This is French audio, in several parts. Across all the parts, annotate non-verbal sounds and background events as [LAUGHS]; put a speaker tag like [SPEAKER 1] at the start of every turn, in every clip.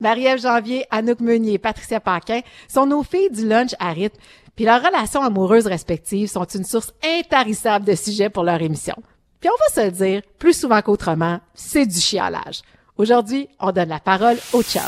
[SPEAKER 1] Marie-Ève Janvier, Anouk Meunier, Patricia Paquin sont nos filles du lunch à rythme, puis leurs relations amoureuses respectives sont une source intarissable de sujets pour leur émission. Puis on va se le dire, plus souvent qu'autrement, c'est du chialage. Aujourd'hui, on donne la parole aux chums.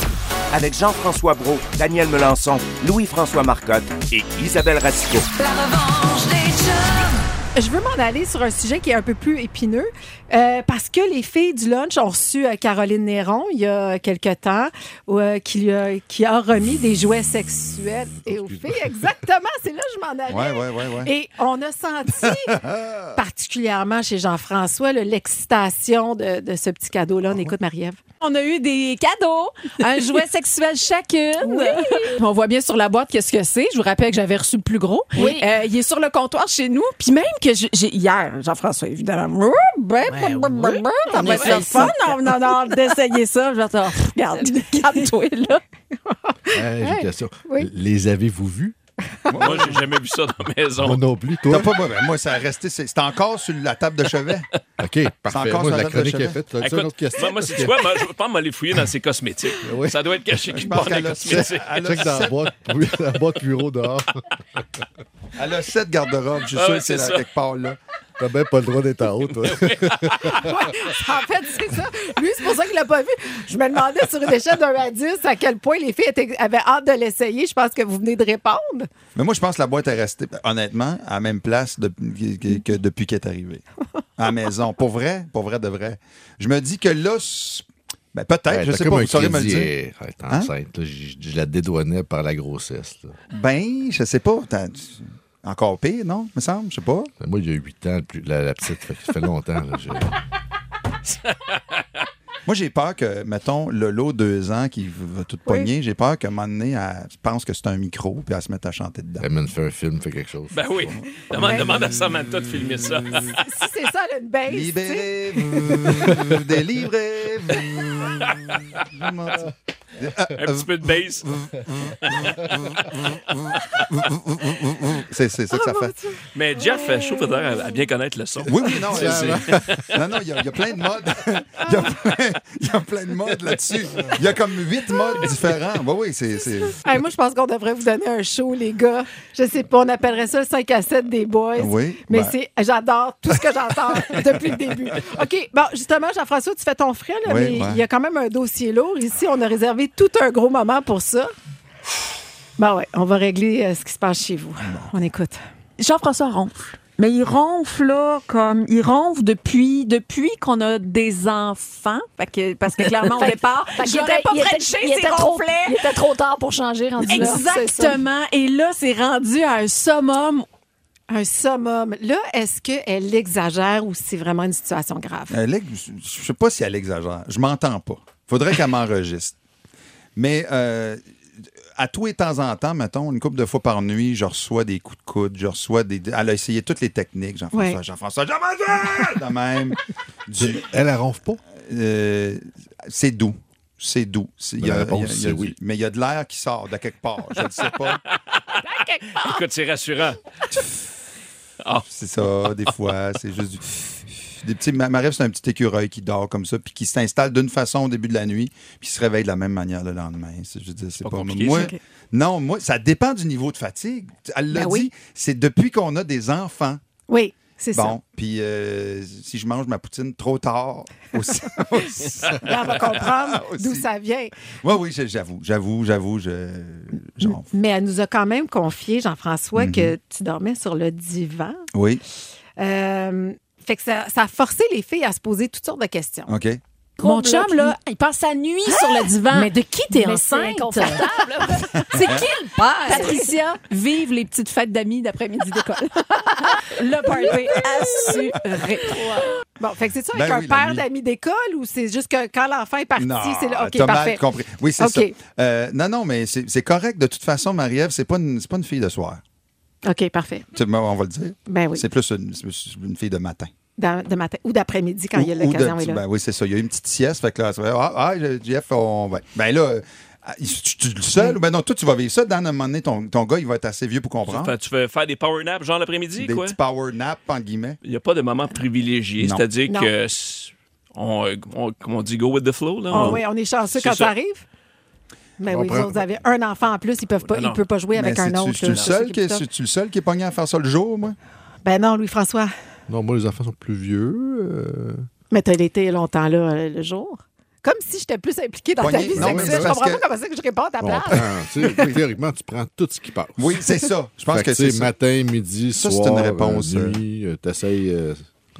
[SPEAKER 2] Avec Jean-François Brault, Daniel Melançon, Louis-François Marcotte et Isabelle Racicot.
[SPEAKER 3] La revanche des chums.
[SPEAKER 4] Je veux m'en aller sur un sujet qui est un peu plus épineux euh, parce que les filles du lunch ont reçu euh, Caroline Néron il y a quelque temps euh, qui, lui a- qui a remis des jouets sexuels et aux filles. Exactement, c'est là que je m'en allais.
[SPEAKER 5] Ouais, ouais, ouais, ouais.
[SPEAKER 4] Et on
[SPEAKER 1] [LAUGHS]
[SPEAKER 4] a senti, particulièrement chez Jean-François, là, l'excitation de, de ce petit
[SPEAKER 1] Ah
[SPEAKER 4] cadeau-là. On écoute Marie-Ève.
[SPEAKER 6] On a eu des cadeaux,
[SPEAKER 4] [LAUGHS]
[SPEAKER 6] un jouet sexuel chacune. On voit bien sur la boîte qu'est-ce que c'est. Je vous rappelle que j'avais reçu le plus gros. Euh, il est sur le comptoir chez nous. Puis même que je- j'ai hier, Jean-François, évidemment. ben, T'as pas ça le fun? ben, Non, non, non, d'essayer ça. Je vais attendre. Regarde, [LAUGHS] regarde-toi, là.
[SPEAKER 5] Hey, Ah, j'ai une question. Les avez-vous vus?
[SPEAKER 7] Moi, j'ai jamais vu ça dans la
[SPEAKER 5] Moi
[SPEAKER 7] maison.
[SPEAKER 5] non plus.
[SPEAKER 8] T'as
[SPEAKER 5] Toi?
[SPEAKER 8] pas- moi, ben, moi, ça a resté. C'est c'est encore sur la table de chevet.
[SPEAKER 5] OK, parfait.
[SPEAKER 8] encore
[SPEAKER 5] Moi,
[SPEAKER 8] sur
[SPEAKER 5] la
[SPEAKER 8] la
[SPEAKER 5] chronique
[SPEAKER 8] table de
[SPEAKER 5] est faite. T'as-tu
[SPEAKER 7] Écoute,
[SPEAKER 5] une autre question?
[SPEAKER 7] Moi, moi, si
[SPEAKER 5] Parce
[SPEAKER 7] tu
[SPEAKER 5] que
[SPEAKER 7] vois, moi, je vais pas m'aller fouiller dans
[SPEAKER 8] [LAUGHS]
[SPEAKER 7] ses cosmétiques.
[SPEAKER 5] Oui.
[SPEAKER 7] Ça doit être caché
[SPEAKER 8] Je
[SPEAKER 7] quelque
[SPEAKER 8] pense
[SPEAKER 7] part dans
[SPEAKER 8] qu'elle
[SPEAKER 7] les
[SPEAKER 8] a
[SPEAKER 7] cosmétiques.
[SPEAKER 5] Check dans la [LAUGHS] boîte, la boîte bureau dehors.
[SPEAKER 8] Elle a sept garde-robes. Je suis
[SPEAKER 7] Ah
[SPEAKER 8] sûr
[SPEAKER 7] oui,
[SPEAKER 8] que c'est
[SPEAKER 7] c'est
[SPEAKER 8] là,
[SPEAKER 7] ça.
[SPEAKER 8] quelque part là.
[SPEAKER 5] T'as bien pas le droit d'être en haut,
[SPEAKER 1] [LAUGHS]
[SPEAKER 4] [LAUGHS]
[SPEAKER 5] toi.
[SPEAKER 1] En fait, c'est ça. Lui, c'est pour ça qu'il l'a pas vu. Je me demandais sur une échelle d'un à 10 à quel point les filles étaient- avaient hâte de l'essayer. Je pense que vous venez de répondre.
[SPEAKER 8] Mais moi, je pense que la boîte est restée, ben, honnêtement, à la même place de- que, que depuis qu'elle est arrivée. À la maison. Pour vrai, pour vrai de vrai. Je me dis que là, c'est- ben, peut-être,
[SPEAKER 5] Hey,
[SPEAKER 8] je
[SPEAKER 5] t'as
[SPEAKER 8] sais pas,
[SPEAKER 5] comme un
[SPEAKER 8] vous saurez me le
[SPEAKER 5] crédit,
[SPEAKER 8] dire.
[SPEAKER 5] hey, t'es enceinte, là, je, je la dédouanais par la grossesse. là.
[SPEAKER 8] Ben, je sais pas. T'as- tu- Encore pire, non, me semble, je sais pas.
[SPEAKER 5] Mais Moi, il y a 8 ans, le plus- la, la petite, fait, que ça fait longtemps. là, j'ai-
[SPEAKER 8] Moi, j'ai peur que, mettons, le lot deux ans qui va tout pogner, j'ai peur qu'à un moment donné, elle pense que c'est un micro, puis elle se mette à chanter dedans.
[SPEAKER 5] Elle m'a fait un film, fait quelque chose.
[SPEAKER 7] Ben oui. Demande, demande à Samantha de
[SPEAKER 8] [LAUGHS]
[SPEAKER 7] filmer ça.
[SPEAKER 1] Si c'est ça, elle a une base. tu sais.
[SPEAKER 8] Libérez-vous, délivrez-vous.
[SPEAKER 7] Un petit peu de base.
[SPEAKER 8] Euh, C'est c'est ça que
[SPEAKER 4] Oh,
[SPEAKER 8] ça fait.
[SPEAKER 7] Mais Jeff, euh, je trouve d'ailleurs à bien connaître le son.
[SPEAKER 8] Oui, oui, non. c'est- euh, non, non, il y, a- il y a plein de modes. [LAUGHS] Il y a plein, il y a plein de modes là-dessus. Il y a comme huit modes différents. Oui, oui, c'est. c'est-
[SPEAKER 1] Hey, moi, je pense qu'on devrait vous donner un show, les gars. Je sais pas, on appellerait ça le 5 à 7 des boys.
[SPEAKER 8] Oui,
[SPEAKER 1] Mais
[SPEAKER 8] ben.
[SPEAKER 1] c'est, j'adore tout ce que j'entends [LAUGHS] depuis le début. OK, bon, justement, Jean-François, tu fais ton frais, là,
[SPEAKER 8] Oui,
[SPEAKER 1] mais il
[SPEAKER 8] ouais.
[SPEAKER 1] y a quand même un dossier lourd. Ici, on a réservé tout un gros moment pour ça. Ben ouais, on va régler euh, ce qui se passe chez vous. On écoute.
[SPEAKER 6] Jean-François ronfle. Mais il ronfle là comme il ronfle depuis depuis qu'on a des enfants Fait que- parce que clairement au départ
[SPEAKER 9] qu'il
[SPEAKER 6] j'aurais
[SPEAKER 9] était-
[SPEAKER 6] pas
[SPEAKER 9] il était-
[SPEAKER 6] frenché
[SPEAKER 9] il
[SPEAKER 6] ses
[SPEAKER 9] était trop-
[SPEAKER 6] ronflets
[SPEAKER 9] Il était trop tard pour changer, rendu là.
[SPEAKER 6] Exactement. Et là, c'est rendu à un summum.
[SPEAKER 1] Un summum. Là, est-ce qu'elle exagère ou c'est vraiment une situation grave?
[SPEAKER 8] Elle ex- Euh, je sais pas si elle exagère. Je m'entends pas. Faudrait qu'elle m'enregistre. Mais euh, à tous les temps en temps, mettons, une couple de fois par nuit, je reçois des coups de coude, je reçois des. Elle a essayé toutes les techniques, Jean-François,
[SPEAKER 1] Ouais.
[SPEAKER 8] Jean-François, Jean-François! De même. Du-
[SPEAKER 5] Elle, elle ronfle pas?
[SPEAKER 8] euh, c'est doux. C'est doux. C'est- il y a-
[SPEAKER 5] Mais la réponse,
[SPEAKER 8] il y a- il y a
[SPEAKER 5] c'est
[SPEAKER 8] du-
[SPEAKER 5] oui.
[SPEAKER 8] Mais il y a de l'air qui sort de quelque part. Je ne sais pas.
[SPEAKER 7] Écoute, c'est rassurant.
[SPEAKER 8] C'est ça, des fois. C'est
[SPEAKER 1] [LAUGHS]
[SPEAKER 8] juste du. Des petits, ma ma rêve, c'est un petit écureuil qui dort comme ça, puis qui s'installe d'une façon au début de la nuit, puis qui se réveille de la même manière le lendemain. C'est- Je veux dire, c'est
[SPEAKER 7] Pas
[SPEAKER 8] pas,
[SPEAKER 7] compliqué,
[SPEAKER 8] moi.
[SPEAKER 7] ça.
[SPEAKER 8] Non, moi, ça dépend du niveau de fatigue. Elle l'a
[SPEAKER 1] Ben
[SPEAKER 8] dit,
[SPEAKER 1] oui.
[SPEAKER 8] c'est depuis qu'on a des enfants.
[SPEAKER 1] Oui, c'est
[SPEAKER 8] Bon, puis euh, si je mange ma poutine
[SPEAKER 1] [LAUGHS]
[SPEAKER 8] trop tard aussi. aussi.
[SPEAKER 1] ça. Là, on va comprendre
[SPEAKER 8] [LAUGHS] Aussi.
[SPEAKER 1] d'où ça vient.
[SPEAKER 8] Ouais, oui, je- j'avoue, j'avoue, j'avoue, je. j'en-
[SPEAKER 1] Mais elle nous a quand même confié, Jean-François,
[SPEAKER 8] Mm-hmm.
[SPEAKER 1] que tu dormais sur le divan.
[SPEAKER 8] Oui,
[SPEAKER 1] Euh, fait que ça, ça a forcé les filles à se poser toutes sortes de questions.
[SPEAKER 8] OK.
[SPEAKER 6] Mon chum, là, il passe sa nuit sur le divan.
[SPEAKER 9] Mais de qui t'es
[SPEAKER 6] Ah. Mais c'est
[SPEAKER 9] enceinte?
[SPEAKER 6] inconfortable. [LAUGHS] C'est qui le père? Patricia, vive les petites fêtes d'amis d'après-midi d'école. [LAUGHS] le party assuré.
[SPEAKER 1] Bon, fait que c'est ça
[SPEAKER 8] Ben
[SPEAKER 1] avec un
[SPEAKER 8] oui,
[SPEAKER 1] père
[SPEAKER 8] l'ami.
[SPEAKER 1] d'amis d'école ou c'est juste que quand l'enfant est [LAUGHS] parti, c'est là. OK,
[SPEAKER 8] t'as
[SPEAKER 1] parfait.
[SPEAKER 8] mal compris. Oui, c'est
[SPEAKER 1] OK.
[SPEAKER 8] ça. Euh, non, non, mais c'est c'est correct. De toute façon, Marie-Ève, c'est pas, une- c'est pas une fille de soir.
[SPEAKER 1] OK, parfait.
[SPEAKER 8] Tu sais, On va le dire.
[SPEAKER 1] Ben oui,
[SPEAKER 8] C'est plus une, c'est plus une fille de matin.
[SPEAKER 1] dans- de matin ou d'après-midi quand il y a
[SPEAKER 8] Ou- ou de
[SPEAKER 1] l'occasion. oui,
[SPEAKER 8] petit-
[SPEAKER 1] là.
[SPEAKER 8] ben oui, c'est ça. Il y a eu une petite sieste. Fait que là, elle se fait, ah, ah, je- Jeff, on va. Ben là, euh, ah, tu, tu- tu le seul? Ben non, toi, tu vas vivre ça. Dans un moment donné, ton, ton gars, il va être assez vieux pour comprendre.
[SPEAKER 7] Fait- Tu veux faire des power naps genre l'après-midi,
[SPEAKER 8] Des
[SPEAKER 7] quoi?
[SPEAKER 8] petits power nap, entre guillemets.
[SPEAKER 7] Il n'y a pas de moment privilégié.
[SPEAKER 8] Non.
[SPEAKER 7] C'est-à-dire
[SPEAKER 1] Non.
[SPEAKER 7] que. c'est- euh, On, on- comme on dit, go with the flow, là.
[SPEAKER 1] Ah
[SPEAKER 7] On-
[SPEAKER 1] oui, on est chanceux
[SPEAKER 7] C'est
[SPEAKER 1] quand ça
[SPEAKER 7] ça.
[SPEAKER 1] arrive.
[SPEAKER 4] Mais
[SPEAKER 5] On
[SPEAKER 4] oui,
[SPEAKER 5] prend-
[SPEAKER 4] vous avez un enfant en plus, ils peuvent pas,
[SPEAKER 7] Ben Non, non.
[SPEAKER 4] il peut pas jouer
[SPEAKER 8] Mais
[SPEAKER 4] avec un
[SPEAKER 8] c'est-tu-
[SPEAKER 4] autre.
[SPEAKER 8] c'est-tu le
[SPEAKER 4] là.
[SPEAKER 8] seul
[SPEAKER 4] C'est
[SPEAKER 8] qui est-
[SPEAKER 4] ça qui est
[SPEAKER 8] c'est-tu le seul qui est pogné à faire ça le jour, moi?
[SPEAKER 4] plutôt- Ben non, Louis-François,
[SPEAKER 5] Non, moi, les enfants sont plus vieux. euh,
[SPEAKER 4] mais t'as été longtemps là euh, le jour. Comme si j'étais plus impliquée dans ta
[SPEAKER 8] Poignée.
[SPEAKER 4] vie
[SPEAKER 8] Non, mais
[SPEAKER 4] sexuelle.
[SPEAKER 8] c'est
[SPEAKER 4] Je comprends
[SPEAKER 8] parce
[SPEAKER 4] pas
[SPEAKER 8] que-
[SPEAKER 4] comment c'est que je réponds à ta
[SPEAKER 5] on
[SPEAKER 4] place.
[SPEAKER 5] prend, tu sais, théoriquement, tu prends tout ce qui passe.
[SPEAKER 8] Oui, c'est ça. Je pense
[SPEAKER 5] Fait
[SPEAKER 8] que
[SPEAKER 5] tu sais,
[SPEAKER 8] c'est ça.
[SPEAKER 5] matin, midi,
[SPEAKER 8] Ça, c'est
[SPEAKER 5] soir,
[SPEAKER 8] une réponse,
[SPEAKER 5] euh, nuit, euh, t'essayes... euh,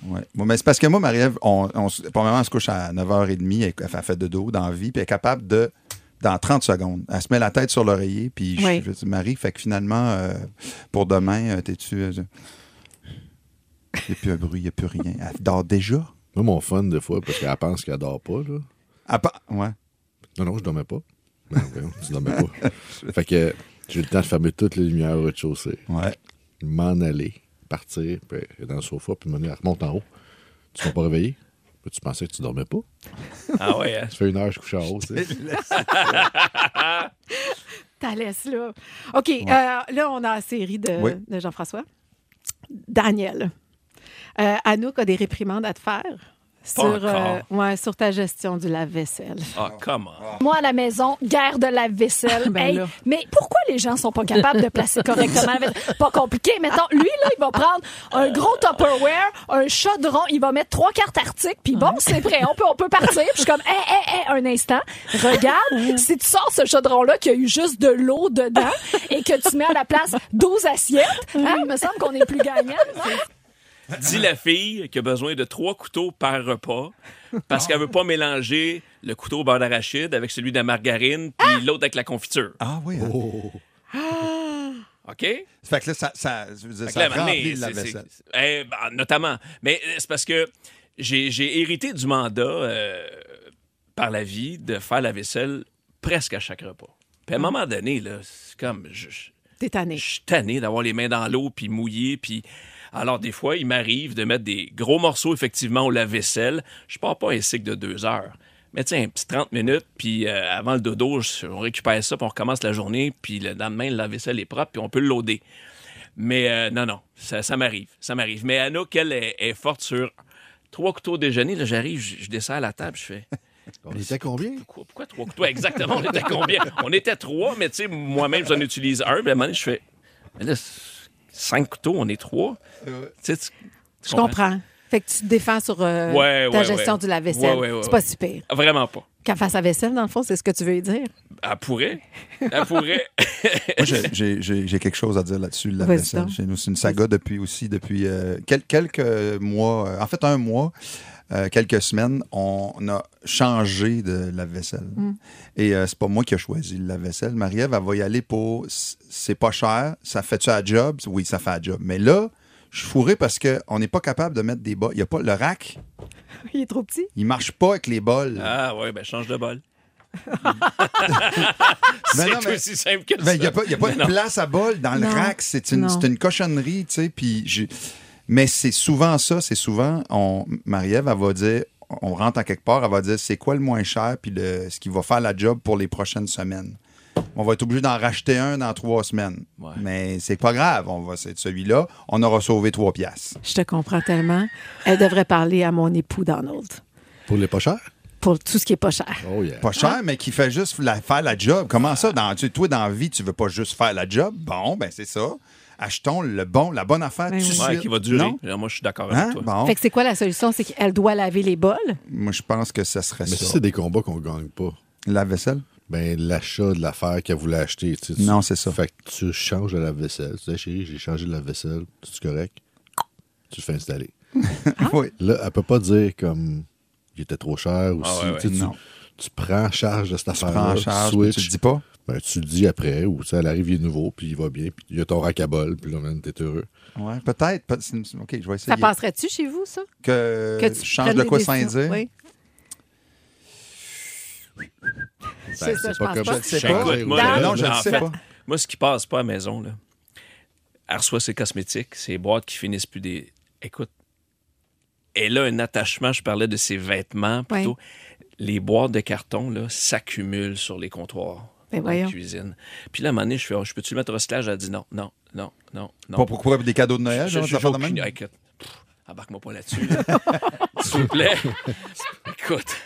[SPEAKER 8] Ouais. Moi, mais c'est parce que moi, Marie-Ève, on, on se- premièrement, elle se couche à 9h30, elle, elle fait de dos dans la vie, puis elle est capable de, dans 30 secondes, elle se met la tête sur l'oreiller, puis je,
[SPEAKER 4] Oui.
[SPEAKER 8] je dis, Marie, fait que finalement, euh, pour demain, euh, t'es-tu. euh, il n'y a plus un bruit, il n'y a plus rien. Elle dort déjà.
[SPEAKER 5] Moi, mon fun, des fois, parce qu'elle pense qu'elle dort pas, là.
[SPEAKER 8] Elle pa- ouais.
[SPEAKER 5] Non, non, je dormais pas. Ben, voyons, tu dormais
[SPEAKER 8] [LAUGHS]
[SPEAKER 5] pas. Fait que j'ai eu le temps de fermer toutes les lumières au rez-de-chaussée,
[SPEAKER 8] Ouais.
[SPEAKER 5] m'en aller, partir, puis elle est dans le sofa, puis me elle remonte en haut. Tu ne pas réveillé? Puis tu pensais que tu dormais pas?
[SPEAKER 7] Ah ouais,
[SPEAKER 1] [LAUGHS]
[SPEAKER 7] hein.
[SPEAKER 5] Ça fait une heure que je couche en haut, tu
[SPEAKER 8] [LAUGHS]
[SPEAKER 5] sais.
[SPEAKER 4] Ta laisse là. OK, euh, là, on a la série de,
[SPEAKER 8] Oui.
[SPEAKER 4] de Jean-François. Daniel, euh, Anouk a des réprimandes à te faire sur,
[SPEAKER 7] encore.
[SPEAKER 4] euh, ouais, sur ta gestion du lave-vaisselle.
[SPEAKER 7] Ah, comment?
[SPEAKER 9] Moi, à la maison, guerre de lave-vaisselle.
[SPEAKER 6] Ben
[SPEAKER 9] Hey,
[SPEAKER 6] là.
[SPEAKER 9] mais pourquoi les gens sont pas capables
[SPEAKER 6] [LAUGHS]
[SPEAKER 9] de placer correctement la vaisselle? Pas compliqué. Mettons, lui, là, il va prendre un gros Tupperware, un chaudron, il va mettre trois cartes arctiques, puis bon, c'est prêt, on peut, on peut partir. Puis je suis comme, hé, hé, hé, un instant, regarde, si tu sors ce chaudron-là qui a eu juste de l'eau dedans et que tu mets à la place 12 assiettes, hein, il me semble qu'on est plus gagnant.
[SPEAKER 7] Dit la fille qui a besoin de trois couteaux par repas parce qu'elle veut pas mélanger le couteau au beurre d'arachide avec celui de la margarine puis l'autre avec la confiture.
[SPEAKER 8] Ah oui. hein.
[SPEAKER 7] Oh. OK? Fait
[SPEAKER 8] Fait que là, ça, ça, je veux dire,
[SPEAKER 7] que
[SPEAKER 8] ça
[SPEAKER 7] là, à un moment donné,
[SPEAKER 8] remplit de la
[SPEAKER 7] c'est-
[SPEAKER 8] vaisselle.
[SPEAKER 7] c'est- Eh, ben, notamment. Mais euh, c'est parce que j'ai j'ai hérité du mandat euh, par la vie de faire la vaisselle presque à chaque repas. Puis à
[SPEAKER 8] Hum.
[SPEAKER 7] un moment donné, là, c'est comme. je- je-
[SPEAKER 4] T'es tanné.
[SPEAKER 7] Je suis tanné d'avoir les mains dans l'eau puis mouillé puis alors des fois il m'arrive de mettre des gros morceaux effectivement au lave-vaisselle. Je pars pas un cycle de deux heures. Mais tiens, un petit 30 minutes, puis euh, avant le dodo, je- on récupère ça, puis on recommence la journée, puis le lendemain, le lave-vaisselle est propre, puis on peut le loader. Mais euh, non, non, ça, ça m'arrive, ça m'arrive. Mais Anouk, elle est, est forte sur trois couteaux au déjeuner. Là, j'arrive, je, je desserre à la table, je fais...
[SPEAKER 5] On était à combien?
[SPEAKER 7] Pourquoi, pourquoi trois couteaux? Exactement, on était combien? On était trois, mais tu sais, moi-même, j'en utilise un. Puis à un moment donné, je fais, mais là, c- cinq couteaux, on est trois. Tu sais, tu- tu
[SPEAKER 4] Je comprends. Fait que tu te défends sur euh,
[SPEAKER 7] Ouais,
[SPEAKER 4] ta
[SPEAKER 7] ouais,
[SPEAKER 4] gestion
[SPEAKER 7] ouais.
[SPEAKER 4] du lave-vaisselle.
[SPEAKER 7] Ouais, ouais, ouais,
[SPEAKER 4] c'est pas
[SPEAKER 7] ouais.
[SPEAKER 4] si pire.
[SPEAKER 7] Vraiment pas.
[SPEAKER 4] Qu'elle fasse sa vaisselle, dans le fond, c'est ce que tu veux dire. [LAUGHS]
[SPEAKER 7] Elle pourrait. Elle pourrait.
[SPEAKER 8] [LAUGHS] Moi, j'ai- j'ai- j'ai j'ai quelque chose à dire là-dessus, la
[SPEAKER 4] Vas-y
[SPEAKER 8] vaisselle.
[SPEAKER 4] donc.
[SPEAKER 8] Chez nous, c'est une saga depuis aussi, depuis euh, quel- quelques mois, euh, en fait un mois, euh, quelques semaines, on a changé de lave-vaisselle.
[SPEAKER 4] Hmm.
[SPEAKER 8] Et euh, c'est pas moi qui ai choisi le lave-vaisselle. Marie-Ève, elle va y aller pour c- c'est pas cher, ça fait-tu à job? Oui, ça fait à job. Mais là, je suis fourré parce qu'on n'est pas capable de mettre des bas. Il y a pas le rack,
[SPEAKER 4] Il est trop petit.
[SPEAKER 8] il marche pas avec les bols.
[SPEAKER 7] Ah ouais, ben change de bol.
[SPEAKER 8] Mais
[SPEAKER 7] C'est
[SPEAKER 8] Ben non, mais-
[SPEAKER 7] aussi simple que ça.
[SPEAKER 8] Il n'y a pas, Ben, y a
[SPEAKER 7] [LAUGHS]
[SPEAKER 8] pas de place à bol dans le
[SPEAKER 4] Non.
[SPEAKER 8] rack. C'est une,
[SPEAKER 4] Non.
[SPEAKER 8] c'est une cochonnerie, tu sais. Puis j'ai- Mais c'est souvent ça. C'est souvent, on, Marie-Ève, elle va dire, on rentre à quelque part, elle va dire, c'est quoi le moins cher, puis le, ce qui va faire la job pour les prochaines semaines. On va être obligé d'en racheter un dans trois semaines.
[SPEAKER 7] Ouais.
[SPEAKER 8] Mais c'est pas grave. On va, c'est celui-là. On aura sauvé trois piastres.
[SPEAKER 4] Je te comprends tellement. Elle devrait parler à mon époux Donald
[SPEAKER 5] Pour les pas chers?
[SPEAKER 4] pour tout ce qui est pas cher.
[SPEAKER 5] Oh yeah.
[SPEAKER 8] Pas
[SPEAKER 4] Ah.
[SPEAKER 8] cher, mais qui fait juste la- faire la job. Comment ça? Dans, tu, toi, dans la vie, tu veux pas juste faire la job? Bon, ben c'est ça. Achetons le bon, la bonne affaire
[SPEAKER 4] Ben
[SPEAKER 8] tout de
[SPEAKER 7] Ouais,
[SPEAKER 8] suite.
[SPEAKER 7] qui va durer.
[SPEAKER 8] Non?
[SPEAKER 7] Alors, moi, je suis d'accord
[SPEAKER 8] Hein?
[SPEAKER 7] avec toi.
[SPEAKER 8] Bon.
[SPEAKER 4] Fait que c'est quoi la solution? C'est qu'elle doit laver les bols.
[SPEAKER 8] Moi, je pense que ça serait
[SPEAKER 5] Mais
[SPEAKER 8] ça.
[SPEAKER 5] si c'est des combats qu'on gagne pas,
[SPEAKER 8] La vaisselle?
[SPEAKER 5] ben l'achat de l'affaire qu'elle voulait acheter, tu sais. tu-
[SPEAKER 8] Non, c'est ça.
[SPEAKER 5] Fait que tu changes de la vaisselle. Tu sais, chérie, j'ai changé de la vaisselle. C'est correct? Tu le fais installer.
[SPEAKER 4] Ah.
[SPEAKER 8] [LAUGHS] Oui.
[SPEAKER 5] Là, elle peut pas dire comme il était trop cher ou
[SPEAKER 7] Ah,
[SPEAKER 5] si
[SPEAKER 7] ouais, ouais.
[SPEAKER 5] tu sais, tu,
[SPEAKER 8] Non.
[SPEAKER 5] tu prends charge de cette
[SPEAKER 8] Prends
[SPEAKER 7] Euh,
[SPEAKER 5] affaire-là.
[SPEAKER 8] en charge, mais
[SPEAKER 5] switch.
[SPEAKER 8] tu le dis pas.
[SPEAKER 5] Ben, tu le dis après ou ça, elle arrive, il est nouveau, puis il va bien, puis il y a ton rack à bol, puis là, man, t'es heureux.
[SPEAKER 8] Ouais, peut-être. peut- c'est- OK, je vais essayer.
[SPEAKER 4] Ça passerait-tu chez vous, ça?
[SPEAKER 8] Que,
[SPEAKER 4] Que tu
[SPEAKER 8] euh, je change
[SPEAKER 4] prennes
[SPEAKER 8] de
[SPEAKER 4] des
[SPEAKER 8] quoi sans
[SPEAKER 4] décisions?
[SPEAKER 8] dire?
[SPEAKER 4] Oui.
[SPEAKER 5] Ben,
[SPEAKER 4] ça, je pense
[SPEAKER 5] comme
[SPEAKER 4] pas.
[SPEAKER 5] ça que
[SPEAKER 8] Je sais
[SPEAKER 5] tu
[SPEAKER 8] pas.
[SPEAKER 5] changes
[SPEAKER 7] Écoute,
[SPEAKER 5] au
[SPEAKER 7] moi,
[SPEAKER 5] Québec,
[SPEAKER 8] Non, je
[SPEAKER 5] là.
[SPEAKER 8] ne
[SPEAKER 7] en
[SPEAKER 8] sais
[SPEAKER 7] fait-
[SPEAKER 8] pas.
[SPEAKER 7] Moi, ce qui passe pas à la maison, là, elle reçoit ses cosmétiques, ses boîtes qui finissent plus des. Écoute, elle a un attachement, je parlais de ses vêtements plutôt. Les boîtes de carton là, s'accumulent sur les comptoirs
[SPEAKER 4] Ben
[SPEAKER 7] dans la
[SPEAKER 4] voyons.
[SPEAKER 7] cuisine. Puis là, à un moment donné, je fais Ah, Je peux-tu le mettre au recyclage Elle dit non, non, non, non, non.
[SPEAKER 8] Pas pour courir des cadeaux de Noël,
[SPEAKER 7] Je-
[SPEAKER 8] genre,
[SPEAKER 7] je-
[SPEAKER 8] des
[SPEAKER 7] j'ai
[SPEAKER 8] affaires de
[SPEAKER 7] aucune-
[SPEAKER 8] même?
[SPEAKER 7] [LAUGHS] Écoute, [LAUGHS] pff, embarque-moi pas là-dessus. là. S'il vous plaît. Écoute,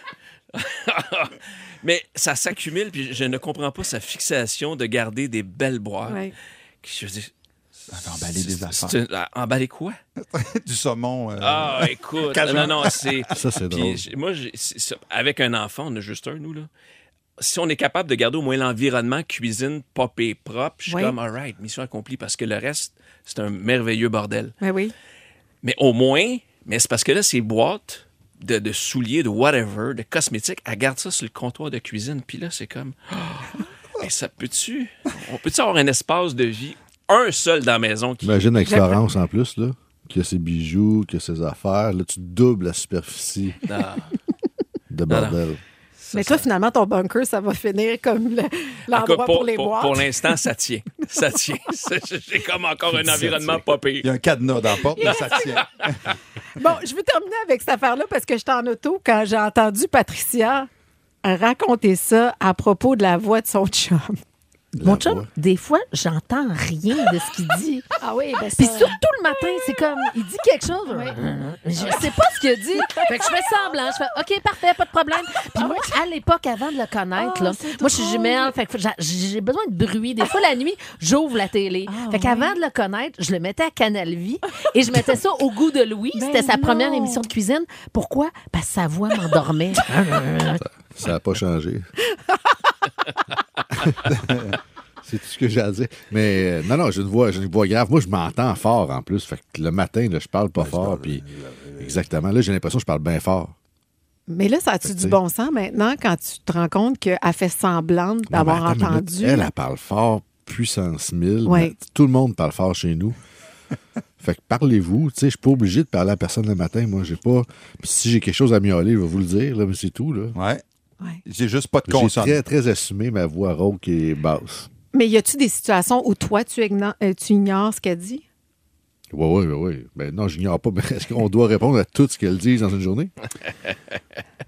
[SPEAKER 7] Mais ça s'accumule, puis je ne comprends pas sa fixation de garder des belles boîtes.
[SPEAKER 4] Ouais.
[SPEAKER 7] Je veux dire,
[SPEAKER 8] Emballer des
[SPEAKER 7] c'est-
[SPEAKER 8] affaires.
[SPEAKER 7] c'est- ah, Emballer quoi?
[SPEAKER 8] du saumon. euh,
[SPEAKER 7] Ah, écoute. non, non,
[SPEAKER 8] [LAUGHS]
[SPEAKER 7] c'est.
[SPEAKER 5] Ça, c'est
[SPEAKER 7] Puis
[SPEAKER 5] drôle.
[SPEAKER 7] j'ai- moi, j'ai- c'est ça. avec un enfant, on a juste un, nous, là. Si on est capable de garder au moins l'environnement cuisine pop et propre, je suis
[SPEAKER 4] Oui.
[SPEAKER 7] comme, all right, mission accomplie, parce que le reste, c'est un merveilleux bordel.
[SPEAKER 4] Ben oui.
[SPEAKER 7] Mais au moins, mais c'est parce que là, ces boîtes de, de souliers, de whatever, de cosmétiques, elle garde ça sur le comptoir de cuisine. Puis là, c'est comme, [GASPS] oh, hey, ça peut-tu, on peut-tu avoir un espace de vie, un seul dans la maison qui.
[SPEAKER 5] Imagine avec Florence en plus, là, qui a ses bijoux, qui a ses affaires. Là, tu doubles la superficie
[SPEAKER 7] Ah,
[SPEAKER 5] de
[SPEAKER 7] non.
[SPEAKER 5] bordel.
[SPEAKER 7] ça,
[SPEAKER 4] Mais toi,
[SPEAKER 7] ça-
[SPEAKER 4] finalement, ton bunker, ça va finir comme le-
[SPEAKER 7] En tout cas,
[SPEAKER 4] l'endroit pour, les boîtes.
[SPEAKER 7] pour l'instant, ça tient. Ça tient. [LAUGHS] C'est- J'ai comme encore un
[SPEAKER 5] Ça
[SPEAKER 7] environnement
[SPEAKER 5] tient.
[SPEAKER 7] pas
[SPEAKER 8] Il y a
[SPEAKER 7] pire.
[SPEAKER 8] un cadenas dans la porte, mais ça tient.
[SPEAKER 4] Bon, je veux terminer avec cette affaire-là parce que j'étais en auto quand j'ai entendu Patricia raconter ça à propos de la voix de son chum.
[SPEAKER 10] Mon
[SPEAKER 5] La
[SPEAKER 10] chum,
[SPEAKER 5] voix.
[SPEAKER 10] des fois, j'entends rien de ce qu'il
[SPEAKER 4] [LAUGHS]
[SPEAKER 10] dit.
[SPEAKER 9] Ah oui, ben ça.
[SPEAKER 10] Puis surtout le matin, c'est comme, il dit quelque chose.
[SPEAKER 4] Ah
[SPEAKER 10] euh, mais Je sais pas ce qu'il a dit. Fait que je fais semblant. Je fais, OK, parfait, pas de problème.
[SPEAKER 4] Ah
[SPEAKER 10] Puis moi, à l'époque, avant de le connaître, là, moi, je suis jumelle. Fait que j'a- j'ai besoin de bruit. Des fois, la nuit, j'ouvre la télé.
[SPEAKER 4] Ah
[SPEAKER 10] fait qu'avant de le connaître, je le mettais à Canal Vie et je mettais ça au goût de Louis.
[SPEAKER 4] Ben
[SPEAKER 10] C'était sa première émission de cuisine. Pourquoi? Parce que sa voix m'endormait.
[SPEAKER 5] Ça n'a pas [LAUGHS] changé. C'est tout ce que j'ai à dire. Mais euh, non, non, j'ai une voix, j'ai une voix grave. Moi, je m'entends fort en plus. Fait que le matin, là, je parle pas fort. Puis exactement. Là, j'ai l'impression que je parle bien fort.
[SPEAKER 4] Mais là, ça a-tu du
[SPEAKER 5] sais.
[SPEAKER 4] bon sens maintenant quand tu te rends compte qu'elle fait semblant
[SPEAKER 5] Non, mais
[SPEAKER 4] d'avoir
[SPEAKER 5] attends une minute.
[SPEAKER 4] entendu?
[SPEAKER 5] Elle, elle parle fort, puissance 1000.
[SPEAKER 4] Ouais.
[SPEAKER 5] Mais Tout le monde parle fort
[SPEAKER 4] [LAUGHS]
[SPEAKER 5] chez nous. fait que parlez-vous. Tu sais, je suis pas obligé de parler à personne le matin. Moi, j'ai pas. Puis si j'ai quelque chose à miauler, je vais vous le dire. Là, mais c'est tout. Là.
[SPEAKER 8] Ouais.
[SPEAKER 4] Ouais.
[SPEAKER 8] J'ai juste pas de
[SPEAKER 5] J'ai
[SPEAKER 8] consonne.
[SPEAKER 5] très, très assumé ma voix rauque et basse.
[SPEAKER 4] Mais y a-tu des situations où toi, tu, igno- euh, tu ignores ce qu'elle dit?
[SPEAKER 5] Oui, oui, oui, oui. Ben non, j'ignore pas. [LAUGHS] Mais est-ce qu'on doit répondre à tout ce qu'elles disent dans une journée?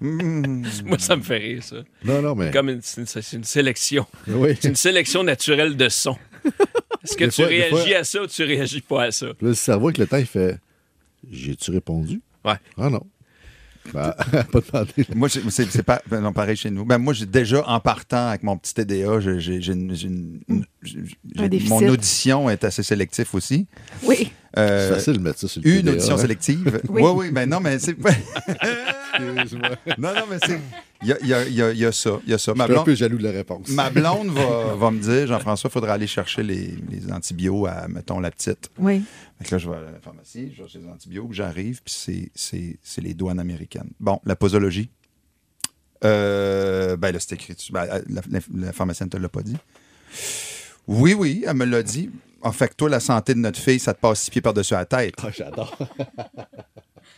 [SPEAKER 7] Moi, ça me fait rire, ça.
[SPEAKER 5] Non, non, mais.
[SPEAKER 7] Comme une, c'est une- c'est une sélection.
[SPEAKER 5] Oui.
[SPEAKER 7] C'est une sélection naturelle de sons. Est-ce que
[SPEAKER 5] Des
[SPEAKER 7] tu
[SPEAKER 5] fois- des
[SPEAKER 7] réagis
[SPEAKER 5] fois-
[SPEAKER 7] à ça ou tu réagis pas à ça?
[SPEAKER 5] [LAUGHS] Là, le cerveau, avec le temps, il fait J'ai-tu répondu?
[SPEAKER 7] Ouais.
[SPEAKER 5] Ah non. Ben, [LAUGHS] pas demandé.
[SPEAKER 8] Moi, j'ai- c'est c'est pas ben non, pareil chez nous. Ben, moi, j'ai déjà, en partant avec mon petit TDA, j'ai- j'ai j'ai une- j'ai une- j'ai-
[SPEAKER 4] Mm. Un déficit.
[SPEAKER 8] mon audition est assez sélectif aussi.
[SPEAKER 4] Oui.
[SPEAKER 8] Euh,
[SPEAKER 5] C'est facile de mettre ça sur le
[SPEAKER 8] une
[SPEAKER 5] TDA,
[SPEAKER 8] audition
[SPEAKER 5] hein?
[SPEAKER 8] sélective. oui, oui, ben non, mais c'est pas.
[SPEAKER 5] Excuse-moi.
[SPEAKER 8] [LAUGHS] Non, non, mais c'est. Il y a, il y a- il y a- il y a ça. Il y a ça. Ma
[SPEAKER 5] Je suis un
[SPEAKER 8] blonde,
[SPEAKER 5] peu jaloux de la réponse.
[SPEAKER 8] ma blonde va, va me dire Jean-François, il faudra aller chercher les, les antibiotiques à, mettons, la petite.
[SPEAKER 4] Oui.
[SPEAKER 8] Fait que là, je vais à la pharmacie, je vais chez les antibiotiques, j'arrive, puis c'est- c'est c'est les douanes américaines. Bon, la posologie. Euh, ben là, c'est écrit. dessus. Ben, la, la- la pharmacienne ne te l'a pas dit. Oui, oui, elle me l'a dit. En fait, que toi, la santé de notre fille, ça te passe six pieds par-dessus la tête.
[SPEAKER 5] Ah, J'adore.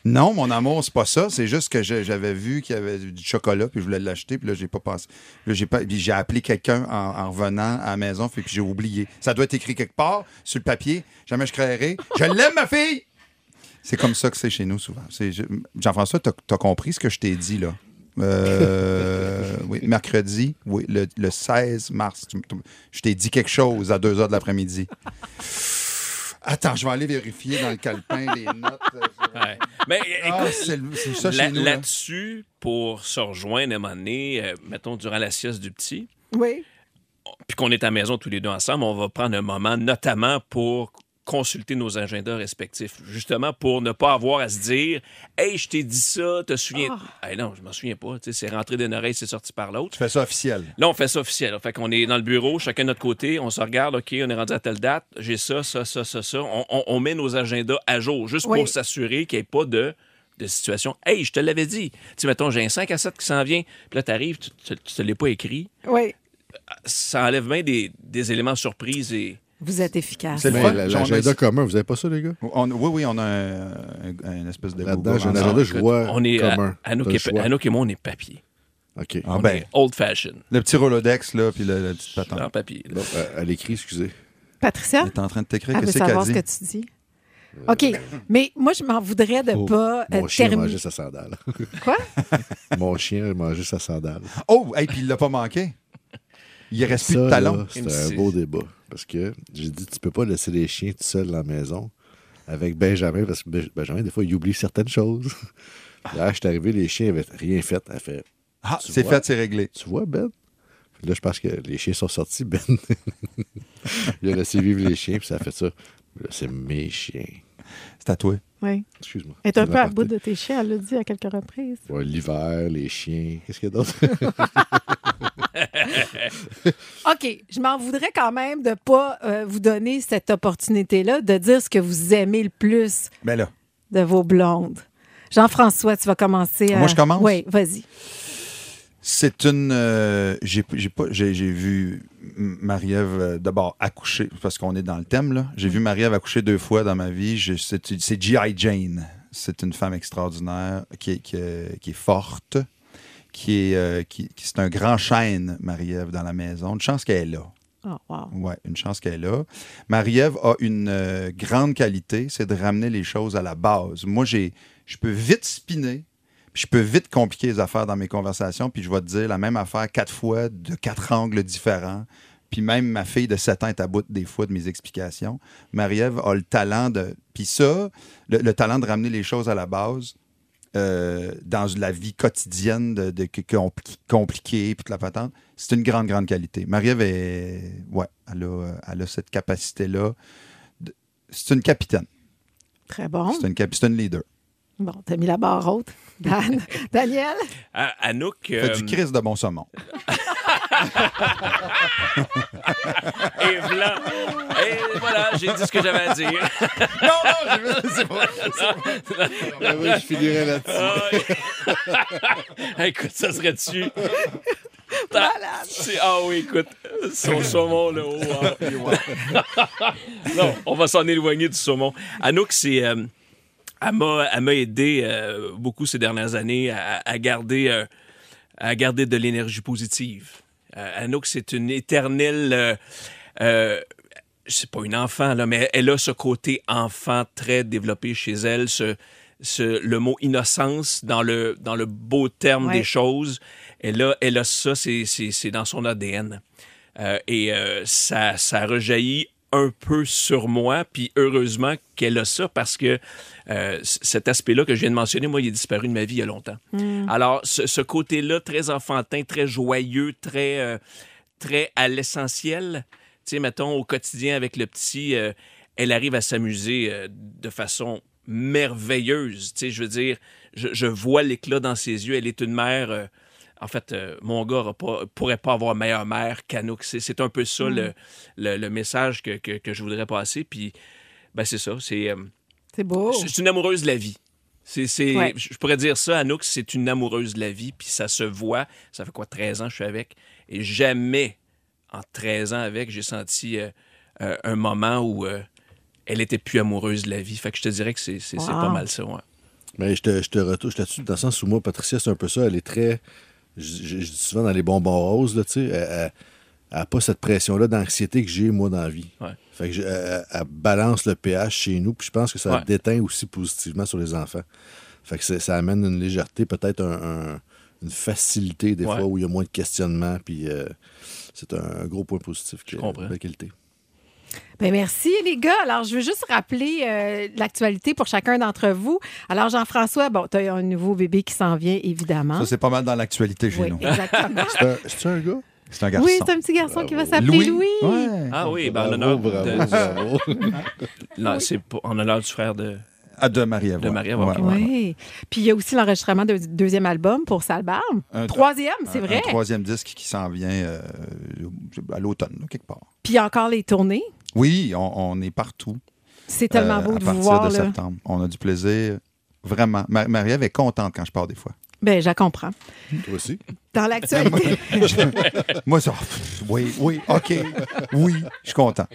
[SPEAKER 8] Non, mon amour, c'est pas ça. C'est juste que je- j'avais vu qu'il y avait du chocolat, puis je voulais l'acheter, puis là, j'ai pas pensé. Là, j'ai pas. Puis j'ai appelé quelqu'un en, en revenant à la maison, puis puis j'ai oublié. Ça doit être écrit quelque part, sur le papier. Jamais je créerai. Je l'aime, ma fille! C'est comme ça que c'est chez nous, souvent. C'est- je- Jean-François, t'as as compris ce que je t'ai dit, là? Euh, oui, mercredi, oui, le, le 16 mars. Tu- tu- Je t'ai dit quelque chose à 2 h de l'après-midi. Attends, je vais aller vérifier dans le calepin les notes. euh,
[SPEAKER 7] Ouais. Mais
[SPEAKER 8] Ah,
[SPEAKER 7] écoute,
[SPEAKER 8] c'est le- c'est ça
[SPEAKER 7] là-
[SPEAKER 8] chez nous. là.
[SPEAKER 7] là-dessus, pour se rejoindre à un moment donné, euh, mettons, durant la sieste du petit,
[SPEAKER 4] Oui.
[SPEAKER 7] puis qu'on est à la maison tous les deux ensemble, on va prendre un moment notamment pour consulter nos agendas respectifs, justement pour ne pas avoir à se dire « Hey, je t'ai dit ça, te souviens... Hey, non, je m'en souviens pas. Tu sais, C'est rentré d'une oreille, c'est sorti par l'autre.
[SPEAKER 8] Tu fais ça officiel.
[SPEAKER 7] Là, on fait ça officiel. Fait qu'on est dans le bureau, chacun de notre côté, on se regarde, OK, on est rendu à telle date, j'ai ça, ça, ça, ça, ça. On, on- on met nos agendas à jour, juste
[SPEAKER 4] Oui.
[SPEAKER 7] pour s'assurer qu'il n'y ait pas de, de situation. Hey, je te l'avais dit. Tu sais, mettons, j'ai un 5 à 7 qui s'en vient. Puis là, t'arrives, tu, tu, tu te l'es pas écrit.
[SPEAKER 4] Oui.
[SPEAKER 7] Ça enlève bien des, des éléments surprises et.
[SPEAKER 4] Vous êtes efficace.
[SPEAKER 8] C'est le
[SPEAKER 5] Mais
[SPEAKER 8] fun.
[SPEAKER 5] la-
[SPEAKER 8] J'en ai-
[SPEAKER 5] L'agenda commun, vous avez pas ça, les gars?
[SPEAKER 8] On- oui, oui, on a un, un- un espèce de
[SPEAKER 5] Là-dedans,
[SPEAKER 8] Google
[SPEAKER 5] j'ai un
[SPEAKER 8] ensemble.
[SPEAKER 5] agenda, je
[SPEAKER 7] Écoute,
[SPEAKER 5] vois
[SPEAKER 7] on est,
[SPEAKER 5] commun.
[SPEAKER 7] à- Anouk
[SPEAKER 5] T'as le
[SPEAKER 7] et,
[SPEAKER 5] choix.
[SPEAKER 7] Anouk et moi, on est papier.
[SPEAKER 5] OK.
[SPEAKER 8] Ah
[SPEAKER 7] On
[SPEAKER 8] ben,
[SPEAKER 7] est old fashion.
[SPEAKER 8] le petit Rolodex, là, puis le, le petit patente.
[SPEAKER 5] Ah.
[SPEAKER 7] En papier.
[SPEAKER 5] Non, euh, à, à l'écrit, excusez.
[SPEAKER 4] Patricia?
[SPEAKER 8] Elle est en train de t'écrire
[SPEAKER 4] Elle
[SPEAKER 8] que
[SPEAKER 4] veut
[SPEAKER 8] c'est qu'elle
[SPEAKER 4] savoir ce
[SPEAKER 8] dit.
[SPEAKER 4] que tu dis. OK. Mais moi, je m'en voudrais de
[SPEAKER 5] Euh, Oh,
[SPEAKER 4] pas euh,
[SPEAKER 5] Mon chien a mangé
[SPEAKER 4] terminer.
[SPEAKER 5] sa sandale.
[SPEAKER 4] Quoi?
[SPEAKER 5] [LAUGHS] Mon chien a mangé sa sandale.
[SPEAKER 8] Oh, et puis il l'a pas manqué. Il reste plus de
[SPEAKER 5] Ça, là,
[SPEAKER 8] talons.
[SPEAKER 5] C'était un beau débat. Parce que j'ai dit, tu peux pas laisser les chiens tout seuls dans la maison avec Benjamin, parce [LAUGHS] que Ben- Benjamin, des fois, il oublie certaines choses. Là, je suis arrivé, les chiens avaient rien fait. Elle fait
[SPEAKER 8] Ah,
[SPEAKER 5] Tu
[SPEAKER 8] c'est
[SPEAKER 5] vois?
[SPEAKER 8] fait, c'est réglé.
[SPEAKER 5] Tu vois, Ben? Puis Là, je pense que les chiens sont sortis, [LAUGHS] Ben. il a laissé vivre les chiens, puis ça a fait ça. Là, c'est mes chiens.
[SPEAKER 8] C'est à toi.
[SPEAKER 4] [LAUGHS] Oui.
[SPEAKER 5] Excuse-moi.
[SPEAKER 4] Elle est un
[SPEAKER 5] C'est
[SPEAKER 4] peu à
[SPEAKER 5] l'aparté.
[SPEAKER 4] bout de tes chiens, elle l'a dit à quelques reprises.
[SPEAKER 5] Ouais, L'hiver, les chiens. Qu'est-ce qu'il y a [LAUGHS] d'autre?
[SPEAKER 4] OK, je m'en voudrais quand même de pas euh, vous donner cette opportunité-là de dire ce que vous aimez le plus
[SPEAKER 8] Ben là,
[SPEAKER 4] de vos blondes. Jean-François, tu vas commencer. à-
[SPEAKER 8] Moi, je commence?
[SPEAKER 4] Oui, vas-y.
[SPEAKER 8] c'est une. euh, j'ai j'ai pas. J'ai j'ai vu Marie-Ève euh, d'abord accoucher, parce qu'on est dans le thème, là. J'ai vu Marie-Ève accoucher deux fois dans ma vie. J'ai- C'est c'est G.I. Jane. C'est une femme extraordinaire qui est, qui est- qui est forte, qui est. euh, qui, qui- c'est un grand chêne, Marie-Ève, dans la maison. Une chance qu'elle est là.
[SPEAKER 4] Oh, wow.
[SPEAKER 8] Ouais, une chance qu'elle est là. Marie-Ève a une euh, grande qualité, c'est de ramener les choses à la base. Moi, j'ai, je peux vite spinner, puis je peux vite compliquer les affaires dans mes conversations, puis je vais te dire la même affaire quatre fois de quatre angles différents. Puis même ma fille de 7 ans est à bout des fois de mes explications. Marie-Ève a le talent de. Puis ça, le, le talent de ramener les choses à la base euh, dans la vie quotidienne de, de, que- compli- compliquée, puis toute la patente, c'est une grande, grande qualité. Marie-Ève, est- ouais, elle, a, euh, elle a cette capacité-là. de- C'est une capitaine.
[SPEAKER 4] Très bon.
[SPEAKER 8] C'est une, cap- c'est une leader.
[SPEAKER 4] Bon, t'as mis la barre haute. Dan, Daniel?
[SPEAKER 7] Ah, Anouk.
[SPEAKER 8] Elle
[SPEAKER 7] euh,
[SPEAKER 8] Fait du crise de bon saumon.
[SPEAKER 7] et voilà. Et voilà, j'ai dit ce que j'avais à dire.
[SPEAKER 8] non, non, c'est vrai.
[SPEAKER 5] Ah oui, je finirais là-dessus.
[SPEAKER 7] Ah, écoute, ça serait-tu. Ta- C'est- Ah oui, écoute, son saumon là. oh, ah,
[SPEAKER 8] [LAUGHS]
[SPEAKER 7] oui, ouais. non, on va s'en éloigner du saumon. Anouk, c'est. euh, elle m'a elle m'a aidé euh, beaucoup ces dernières années à, à garder, euh, à garder de l'énergie positive. Euh, Anouk, c'est une éternelle. euh, euh, c'est pas une enfant, là, mais elle a ce côté enfant très développé chez elle, ce, ce- le mot innocence dans le, dans le beau terme
[SPEAKER 4] Ouais.
[SPEAKER 7] des choses. Elle a, elle a ça, c'est- c'est c'est dans son ADN. Euh, et euh, ça, ça rejaillit un peu sur moi, puis heureusement qu'elle a ça parce que euh, c- cet aspect-là que je viens de mentionner, moi, il est disparu de ma vie il y a longtemps. Alors, ce, ce côté-là, très enfantin, très joyeux, très, euh, très à l'essentiel, tu sais, mettons, au quotidien avec le petit, euh, elle arrive à s'amuser euh, de façon merveilleuse. Tu sais, je veux dire, je, je vois l'éclat dans ses yeux. Elle est une mère. euh, en fait, euh, mon gars aura pas, pourrait pas avoir meilleure mère qu'Anouk. C'est, c'est un peu ça
[SPEAKER 4] Mm.
[SPEAKER 7] le, le- le message que, que- que je voudrais passer. Puis, ben, c'est ça. C'est, euh,
[SPEAKER 4] C'est beau.
[SPEAKER 7] c'est c'est une amoureuse de la vie. C'est, c'est-
[SPEAKER 4] Ouais.
[SPEAKER 7] Je je pourrais dire ça, Anouk, c'est une amoureuse de la vie, puis ça se voit. Ça fait quoi, 13 ans que je suis avec? Et jamais, en 13 ans avec, j'ai senti euh, euh, un moment où euh, elle était plus amoureuse de la vie. Fait que je te dirais que c'est, c'est- c'est
[SPEAKER 4] Wow.
[SPEAKER 7] pas mal ça, ouais.
[SPEAKER 5] Mais je te, je te retouche là-dessus, dans le sens où moi, Patricia, c'est un peu ça. Elle est très. Je, je- je dis souvent dans les bonbons roses, là, tu sais. Elle n'a pas cette pression-là d'anxiété que j'ai, moi, dans la vie.
[SPEAKER 7] Ouais.
[SPEAKER 5] Fait que je- elle, elle balance le pH chez nous, puis je pense que ça
[SPEAKER 7] Ouais.
[SPEAKER 5] déteint aussi positivement sur les enfants. Fait que c'est- ça amène une légèreté, peut-être un- un- une facilité, des
[SPEAKER 7] Ouais.
[SPEAKER 5] fois, où il y a moins de questionnement, puis euh, c'est un, un gros point positif. que- euh,
[SPEAKER 7] comprends.
[SPEAKER 5] belle qualité.
[SPEAKER 4] Ben merci les gars. Alors je veux juste rappeler euh, l'actualité pour chacun d'entre vous. Alors Jean-François, bon, tu as un nouveau bébé qui s'en vient évidemment.
[SPEAKER 8] Ça, c'est pas mal dans l'actualité chez
[SPEAKER 4] oui,
[SPEAKER 8] nous.
[SPEAKER 4] Hein?
[SPEAKER 8] [LAUGHS]
[SPEAKER 4] exactement.
[SPEAKER 5] C'est un- C'est un gars?
[SPEAKER 8] C'est un garçon. Euh,
[SPEAKER 4] oui, c'est un petit garçon qui va s'appeler Louis.
[SPEAKER 8] Ouais.
[SPEAKER 7] Ah oui, ben, en
[SPEAKER 5] bravo,
[SPEAKER 7] honneur, de-
[SPEAKER 5] bravo, [LAUGHS] bravo.
[SPEAKER 7] Non, c'est pas- en honneur du frère de.
[SPEAKER 8] Ah, de Marie-Ève.
[SPEAKER 7] De
[SPEAKER 8] ouais.
[SPEAKER 7] Marie-Ève,
[SPEAKER 8] Ouais,
[SPEAKER 7] ok.
[SPEAKER 8] ouais.
[SPEAKER 4] Oui. Puis il y a aussi l'enregistrement d'un deuxième album pour Salbarbe.
[SPEAKER 8] Un-
[SPEAKER 4] Troisième, c'est
[SPEAKER 8] un-
[SPEAKER 4] vrai.
[SPEAKER 8] Un troisième disque qui s'en vient euh, à l'automne, là, quelque part.
[SPEAKER 4] Puis encore les tournées.
[SPEAKER 8] Oui, on, on est partout.
[SPEAKER 4] C'est tellement
[SPEAKER 8] euh,
[SPEAKER 4] beau
[SPEAKER 8] à
[SPEAKER 4] de
[SPEAKER 8] partir
[SPEAKER 4] vous voir.
[SPEAKER 8] de
[SPEAKER 4] là.
[SPEAKER 8] septembre. On a du plaisir. Vraiment. Ma- Marie-Ève est contente quand je pars des fois.
[SPEAKER 4] Ben, je la comprends.
[SPEAKER 5] Toi aussi?
[SPEAKER 4] Dans l'actualité.
[SPEAKER 8] Moi, ça. pff, Oui, oui, OK. Oui, je suis content.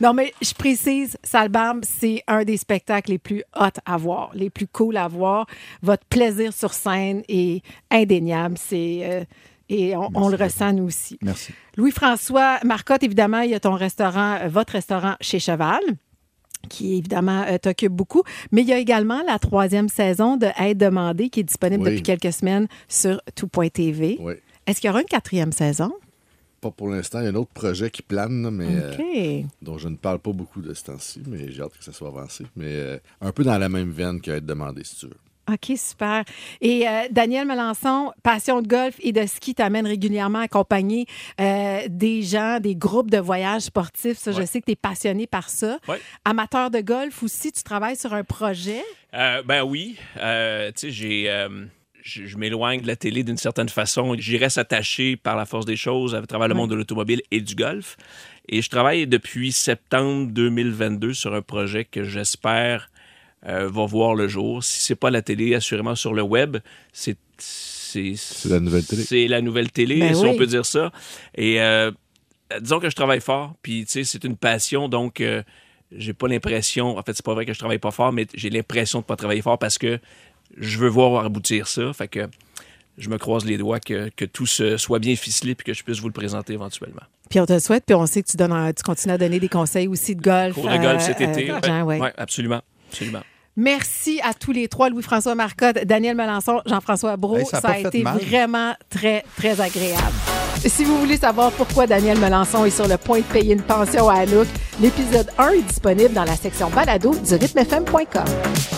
[SPEAKER 4] non, mais je précise, Salbarbe, c'est un des spectacles les plus hot à voir, les plus cool à voir. Votre plaisir sur scène est indéniable. C'est. euh, et on, on le ressent, nous aussi.
[SPEAKER 8] Merci.
[SPEAKER 4] Louis-François Marcotte, évidemment, il y a ton restaurant, euh, votre restaurant chez Cheval, qui évidemment euh, t'occupe beaucoup. Mais il y a également la troisième saison de Aide demandée qui est disponible
[SPEAKER 5] Oui.
[SPEAKER 4] depuis quelques semaines sur tout.tv.
[SPEAKER 5] Oui.
[SPEAKER 4] Est-ce qu'il y aura une quatrième saison?
[SPEAKER 5] Pas pour l'instant. Il y a un autre projet qui plane, là, mais euh,
[SPEAKER 4] OK.
[SPEAKER 5] dont je ne parle pas beaucoup de ce temps-ci, mais j'ai hâte que ça soit avancé. Mais euh, un peu dans la même veine qu'à être demandé, si tu veux.
[SPEAKER 4] OK, super. Et euh, Daniel Melançon, passion de golf et de ski, t'amène régulièrement accompagner euh, des gens, des groupes de voyages sportifs. Ça, je
[SPEAKER 7] Ouais.
[SPEAKER 4] sais que tu es passionné par ça.
[SPEAKER 7] Ouais.
[SPEAKER 4] Amateur de golf aussi, tu travailles sur un projet.
[SPEAKER 7] Euh, ben oui. Euh, tu sais, j'ai. euh, je, je m'éloigne de la télé d'une certaine façon. J'y reste attaché par la force des choses à travers le monde de l'automobile et du golf. Et je travaille depuis septembre 2022 sur un projet que j'espère euh, va voir le jour. Si c'est pas la télé, assurément sur le web, c'est c'est
[SPEAKER 5] la nouvelle télé.
[SPEAKER 7] C'est la nouvelle télé,
[SPEAKER 4] Ben
[SPEAKER 7] si
[SPEAKER 4] oui.
[SPEAKER 7] on peut dire ça. Et euh, disons que je travaille fort, puis tu sais, c'est une passion, donc euh, j'ai pas l'impression. En fait, c'est pas vrai que je travaille pas fort, mais j'ai l'impression de pas travailler fort parce que je veux voir aboutir ça. Fait que je me croise les doigts que, que tout se soit bien ficelé puis que je puisse vous le présenter éventuellement.
[SPEAKER 4] Puis on te le souhaite, puis on sait que tu, donnes, un- tu continues à donner des conseils aussi de golf.
[SPEAKER 7] Cours de golf
[SPEAKER 4] euh,
[SPEAKER 7] cet
[SPEAKER 4] euh,
[SPEAKER 7] été.
[SPEAKER 4] aux
[SPEAKER 7] ouais.
[SPEAKER 4] gens, ouais.
[SPEAKER 7] Ouais, absolument. Absolument.
[SPEAKER 4] Merci à tous les trois, Louis-François Marcotte, Daniel Melançon, Jean-François Brault.
[SPEAKER 8] Hey, ça a pas
[SPEAKER 4] a
[SPEAKER 8] fait
[SPEAKER 4] été
[SPEAKER 8] mal.
[SPEAKER 4] vraiment très, très agréable. Si vous voulez savoir pourquoi Daniel Melançon est sur le point de payer une pension à Anouk, l'épisode 1 est disponible dans la section balado du rythmefm.com.